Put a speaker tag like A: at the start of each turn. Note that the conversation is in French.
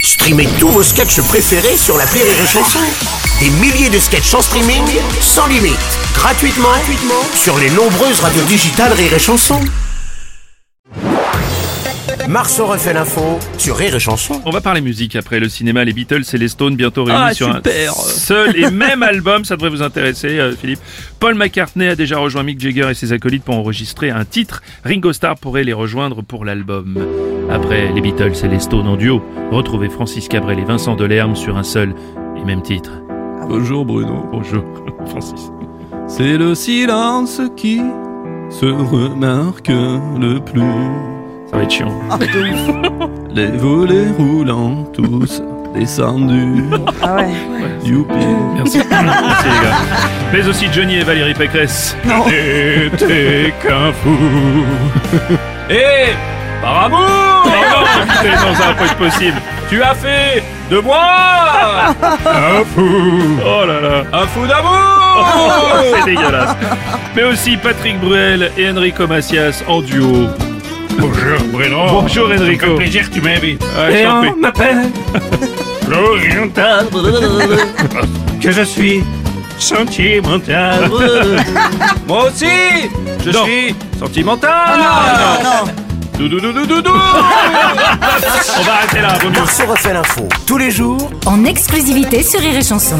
A: Streamez tous vos sketchs préférés sur la Rire et Chanson. Des milliers de sketchs en streaming, sans limite, gratuitement, gratuitement sur les nombreuses radios digitales Rire et Chanson. Marceau refait l'info sur Rire et Chanson.
B: On va parler musique après le cinéma, les Beatles et les Stones bientôt réunis
C: Ah,
B: sur
C: super.
B: un seul et même album. Ça devrait vous intéresser, euh, Philippe. Paul McCartney a déjà rejoint Mick Jagger et ses acolytes pour enregistrer un titre. Ringo Starr pourrait les rejoindre pour l'album. Après les Beatles et les Stones en duo, retrouvez Francis Cabrel et Vincent Delerme sur un seul et même titre.
C: Bonjour Bruno,
B: Bonjour, Francis.
C: c'est le silence qui se remarque le plus.
B: Ça va être chiant.
C: Les volets roulants tous descendus.
D: Ah ouais.
C: Youpi.
B: Merci. Merci, les gars. Mais aussi Johnny et Valérie Pécresse. N'était qu'un fou. Et par amour Non, écoutez, non, ça va pas être possible. Tu as fait de moi un fou. Oh là là.
C: Un fou d'amour
B: Oh, C'est dégueulasse. Mais aussi Patrick Bruel et Enrico Macias en duo.
E: Bonjour Bruno.
B: Bonjour Enrico.
E: Quel plaisir que tu m'invites.
B: Ah, je t'en prie.
E: m'appelle l'oriental. que je suis sentimental.
C: Moi aussi Je
B: Non.
C: suis sentimental
B: Doudou, doudou, doudou. On va arrêter là, vaut mieux.
A: Marceau refait l'info tous les jours
F: en exclusivité sur Rire et Chanson.